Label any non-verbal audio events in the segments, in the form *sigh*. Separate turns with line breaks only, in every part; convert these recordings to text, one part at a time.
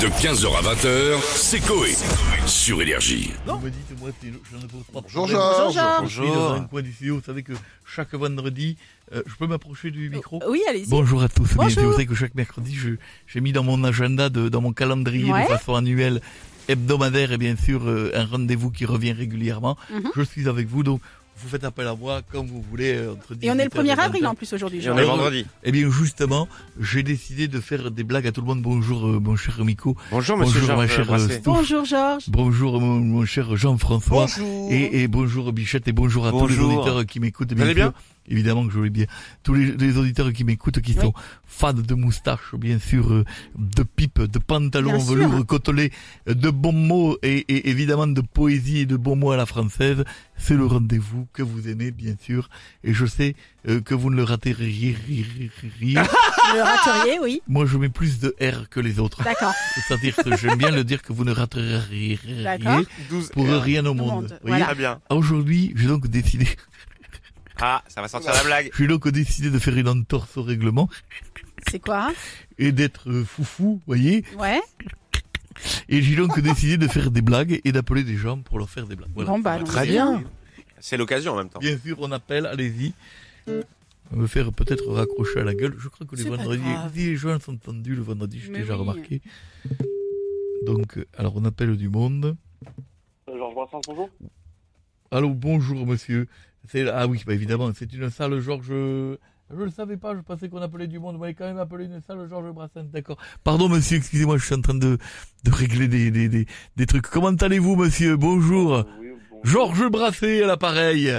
De 15h à 20h, c'est Coé. Sur Énergie.
Vous me dites, moi, si je, je ne pose pas de
Bonjour, Georges.
problème.
Bonjour,
Je
Georges.
suis dans un coin du studio. Vous savez que chaque vendredi, euh, je peux m'approcher du micro.
Euh, Oui, allez-y.
Bonjour à tous. Bien
Bonjour.
sûr, Vous savez que chaque mercredi, je, j'ai mis dans mon agenda, de, dans mon calendrier
Ouais.
de façon annuelle, hebdomadaire et bien sûr euh, un rendez-vous qui revient régulièrement.
Mhm.
Je suis avec vous, donc vous faites appel à moi quand vous voulez. euh, Entre
Et on est le
18h
1er
et
avril hein.
20h.
en plus aujourd'hui.
Et on
Jean.
est
Alors,
vendredi.
Eh bien justement, j'ai décidé de faire des blagues à tout le monde. Bonjour euh, mon cher Miko. Bonjour,
Bonjour, monsieur
ma
Georges
chère,
Brasset.
euh,
*laughs*
Bonjour Georges.
Bonjour mon, mon cher Jean-François.
Bonjour.
Et, et bonjour Bichette et bonjour à tous les
Bonjour.
auditeurs qui m'écoutent.
allez
sûr.
bien
Évidemment que je vais bien. Tous les, les auditeurs qui m'écoutent, qui
Oui.
sont fans de moustaches, bien sûr, euh, de pipes, de pantalons en
Bien sûr.
velours côtelé, euh, de bons mots et, et évidemment de poésie et de bons mots à la française. C'est le rendez-vous que vous aimez, bien sûr. Et je sais euh, que vous ne le ratez rien.
Ah. Le râtelier, oui.
Moi, je mets plus de R que les autres.
D'accord.
C'est-à-dire que j'aime bien le dire que vous ne raterez rien
D'accord.
12
pour
heures.
rien au
Tout le
monde.
monde,
Vous voyez
voilà.
Très bien.
Aujourd'hui, j'ai donc décidé,
Ah, ça va sortir la blague.
j'ai donc décidé de faire une entorse au règlement
C'est quoi
et d'être euh, foufou, voyez.
Ouais.
Et j'ai donc décidé de faire des blagues et d'appeler des gens pour leur faire des blagues. Voilà.
Bon, bah,
Voilà.
Très bien.
C'est l'occasion en même temps.
Bien sûr, on appelle, allez-y. On va Me faire peut-être raccrocher à la gueule. Je crois que les
C'est pas
vendredis,
grave.
les gens sont tendus le vendredi, j'ai
Mais
déjà
oui.
remarqué. Donc, euh, alors on appelle du monde.
Euh, Georges Brassens, bonjour.
Allô, bonjour monsieur. C'est ah oui, bah évidemment, c'est une salle Georges. euh, Je le savais pas, je pensais qu'on appelait du monde. Vous m'avez quand même appelé une salle Georges Brassens, d'accord. Pardon monsieur, excusez-moi, je suis en train de, de régler des, des, des, des trucs. Comment allez-vous monsieur Bonjour.
Euh, Oui, bonjour.
Georges Brassens à l'appareil.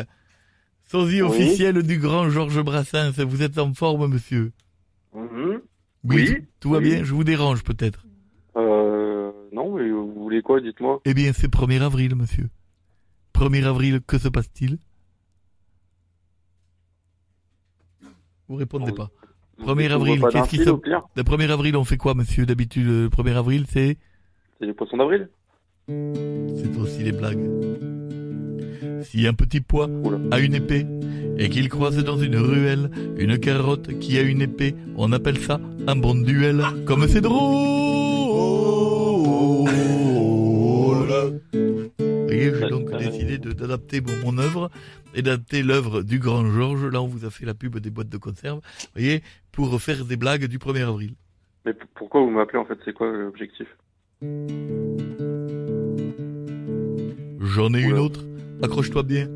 Sosie
Oui.
officiel du grand Georges Brassens. Vous êtes en forme monsieur
Mhm. Oui.
tout- Tout va
Oui.
bien, je vous dérange peut-être.
Euh, non, mais vous voulez quoi, dites-moi
Eh bien c'est 1er avril monsieur. 1er avril, que se passe-t-il Vous répondez
Oh,
pas.
Vous
1er
dites qu'on
avril,
voit pas
qu'est-ce
d'un
qui
fil,
se-
au pire
Le 1er avril, on fait quoi, monsieur D'habitude, le 1er avril, c'est
C'est les poissons d'avril
C'est aussi les blagues. Si un petit pois
Oula.
a une épée et qu'il croise dans une ruelle une carotte qui a une épée, on appelle ça un bon duel. Comme c'est drôle Voyez, j'ai donc décidé de- d'adapter mon, mon œuvre et d'adapter l'œuvre du grand Georges. Là, on vous a fait la pub des boîtes de conserve, voyez, pour faire des blagues du 1er avril.
Mais p- pourquoi vous m'appelez en fait C'est quoi euh, l'objectif
J'en ai une
Oula.
autre. Accroche-toi bien.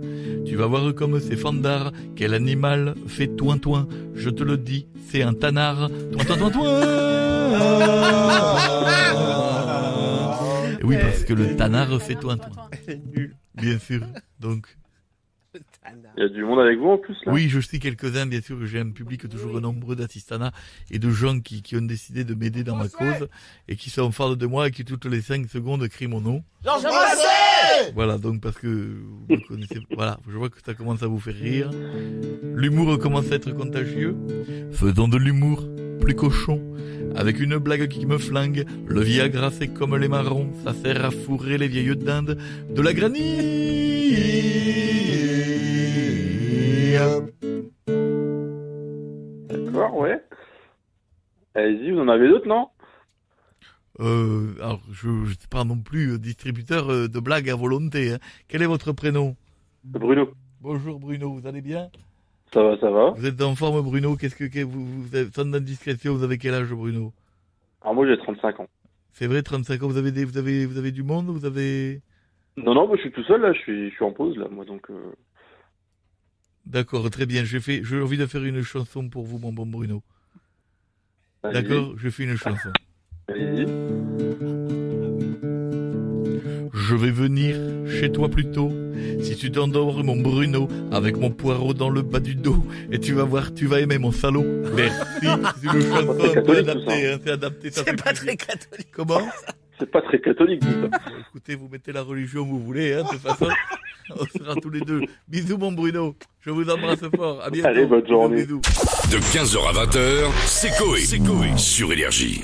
Tu vas voir comme c'est fandard. Quel animal fait toin toin. Je te le dis, c'est un tanard. Toin toin toin toin. Et oui, parce que le tanard fait toin toin. Bien sûr. Donc,
Il y a du monde avec vous en plus là
oui, je suis quelques-uns, bien sûr, que j'ai un public toujours nombreux d'assistanats et de gens qui, qui ont décidé de m'aider dans ma cause et qui sont fans de moi et qui toutes les cinq secondes crient mon nom.
Georges Brassens
Voilà, donc parce que vous me connaissez, *laughs* voilà, je vois que ça commence à vous faire rire. L'humour commence à être contagieux. Faisons de l'humour plus cochon. Avec une blague qui me flingue, le Viagra c'est comme les marrons, ça sert à fourrer les vieilles dindes de la granille.
D'accord, ouais. Allez-y, vous en avez d'autres, non
Euh, alors je ne suis pas non plus distributeur euh, de blagues à volonté. hein. Quel est votre prénom
Bruno,
Bonjour Bruno, vous allez bien
ça va, ça va.
Vous êtes en forme, Bruno. Qu'est-ce que, que- vous, vous avez, sans indiscrétion, vous avez quel âge, Bruno
Alors moi j'ai 35 ans.
C'est vrai, 35 ans. Vous avez des, vous avez, vous avez du monde. Vous avez.
Non, non, moi je suis tout seul là, je suis, je suis en pause là, moi donc. euh,
D'accord, très bien. J'ai fait, j'ai envie de faire une chanson pour vous, mon bon Bruno.
allez-y,
D'accord, je fais une chanson.
Allez-y.
Je vais venir chez toi plus tôt. Si tu t'endors, mon Bruno, avec mon poireau dans le bas du dos, et tu vas voir, tu vas aimer mon salaud. Merci. C'est une chanson
C'est
un peu
catholique,
adaptée. hein, c'est adapté. ça fait
C'est pas
plaisir.
très catholique.
Comment
C'est pas très catholique tout ça.
Écoutez, vous mettez la religion où vous voulez, hein, de toute façon. On sera tous les deux. Bisous, mon Bruno. Je vous embrasse fort. À bientôt.
Allez, bonne journée.
Bisous.
De 15h à 20h, c'est Coé. Sur Énergie.